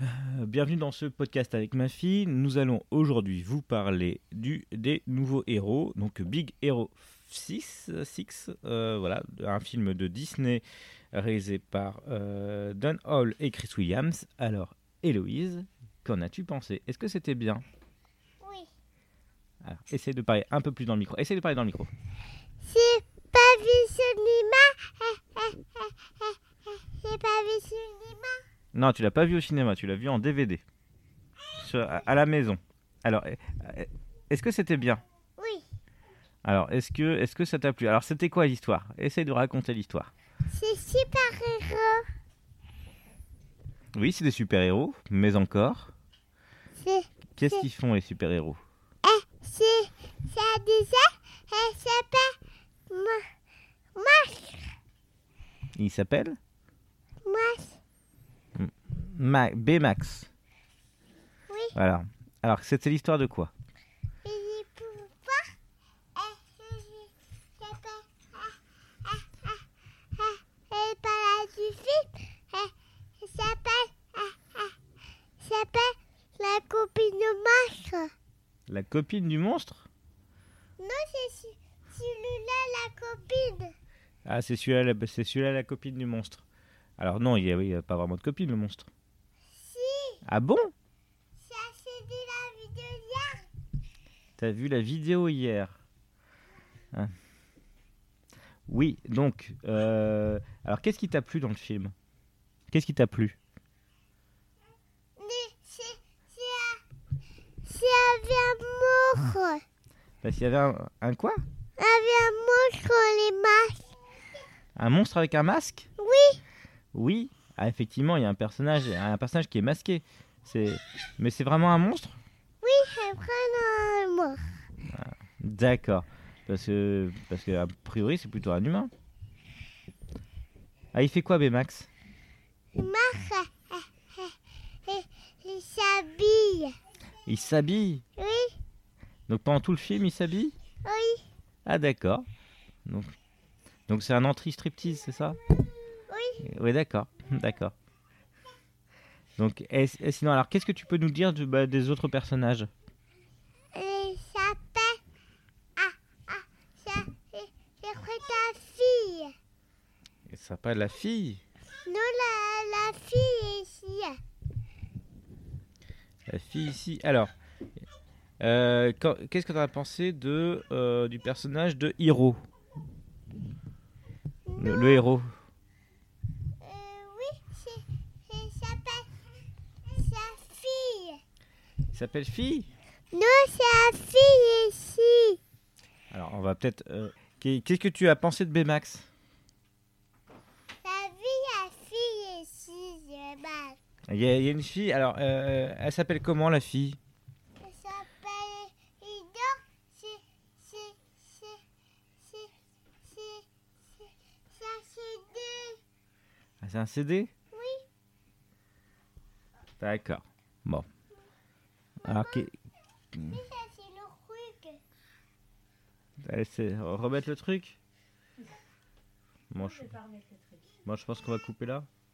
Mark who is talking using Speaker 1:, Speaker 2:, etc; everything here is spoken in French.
Speaker 1: Euh, Bienvenue dans ce podcast avec ma fille. Nous allons aujourd'hui vous parler du, des nouveaux héros, donc Big Hero 6, 6 euh, voilà, un film de Disney réalisé par euh, Don Hall et Chris Williams. Alors, Héloïse, qu'en as-tu pensé Est-ce que c'était bien
Speaker 2: Oui.
Speaker 1: Alors, essaie de parler un peu plus dans le micro. Essaie de parler dans le micro.
Speaker 2: J'ai pas vu cinéma. J'ai pas vu cinéma.
Speaker 1: Non, tu l'as pas vu au cinéma, tu l'as vu en DVD. Sur- à, à la maison. Alors, eh, eh, est-ce que c'était bien
Speaker 2: Oui.
Speaker 1: Alors, est-ce que, est que ça t'a plu Alors, c'était quoi l'histoire Essaye de raconter l'histoire.
Speaker 2: C'est super héros.
Speaker 1: Oui, c'est des super-héros, mais encore.
Speaker 2: C'est
Speaker 1: Qu'est-ce qu'ils font, les super-héros
Speaker 2: c'est ça déjà. Elle s'appelle Ma-
Speaker 1: Ils s'appellent
Speaker 2: Mas.
Speaker 1: Ma- B-Max.
Speaker 2: Oui.
Speaker 1: Voilà. Alors, c'était l'histoire de quoi
Speaker 2: Et les pouvoirs. Elle s'appelle. ah, ah, ah, ah. Elle parle du film. Elle s'appelle. ah, ah. S'appelle la copine de Mas.
Speaker 1: La copine du monstre
Speaker 2: Non, c'est ce- celui-là, la copine.
Speaker 1: Ah, c'est celui-là, la- c'est celui-là la copine du monstre. Alors, non, il n'y a, oui, il y a pas vraiment de copine, le monstre.
Speaker 2: Si,
Speaker 1: Ah bon
Speaker 2: ça c'est de la vidéo hier.
Speaker 1: T'as vu la vidéo hier Hein. Oui, donc, euh, alors qu'est-ce qui t'a plu dans le film Qu'est-ce qui t'a plu
Speaker 2: Mais c'est c'est un- c'est avec un monstre.
Speaker 1: Parce qu'il y avait un, un quoi
Speaker 2: Avec un monstre, les masques.
Speaker 1: Un monstre avec un masque
Speaker 2: Oui,
Speaker 1: Oui, ah, effectivement, il y a un personnage, un personnage qui est masqué. C'est, mais c'est vraiment un monstre
Speaker 2: oui, c'est vraiment un monstre.
Speaker 1: D'accord, parce que, parce que a priori, c'est plutôt un humain. Ah, il fait quoi, Bmax
Speaker 2: Les masques, ah, ah, ah, et- il s'habille.
Speaker 1: Il s'habille.
Speaker 2: Oui,
Speaker 1: Donc pendant tout le film, il s'habille
Speaker 2: oui,
Speaker 1: Ah d'accord. Donc donc c'est un entrée striptease, c'est ça
Speaker 2: oui.
Speaker 1: Oui, d'accord, d'accord. Donc et, et sinon alors qu'est-ce que tu peux nous dire de- bah, des autres personnages
Speaker 2: Et ça s'appelle. Ah, ah, ça. C'est c'est quoi ta fille?
Speaker 1: Ça pas la fille.
Speaker 2: Non, la, la fille est ici.
Speaker 1: La fille ici. Alors euh, quand- qu'est-ce que tu as pensé de euh, du personnage de Hiro le, le héros.
Speaker 2: Euh, oui, c'est, c'est sa, pa- sa fille.
Speaker 1: Il s'appelle fille.
Speaker 2: Non, sa fille est ici.
Speaker 1: Alors on va peut-être euh, qu'est- qu'est-ce que tu as pensé de Bmax
Speaker 2: Sa vie, la fille est ici, je mal.
Speaker 1: Il y, a il y a une fille. Alors euh, elle s'appelle comment la fille
Speaker 2: Elle s'appelle Ido. C'est, c'est, c'est, c'est, c'est, c'est, ça c'est deux.
Speaker 1: Ah, C'est un CD
Speaker 2: Oui,
Speaker 1: D'accord. Bon. Alors, qui-
Speaker 2: mais ça c'est le truc.
Speaker 1: allez, c'est- remettre le truc Bon, je, bon, je pense qu'on va couper là.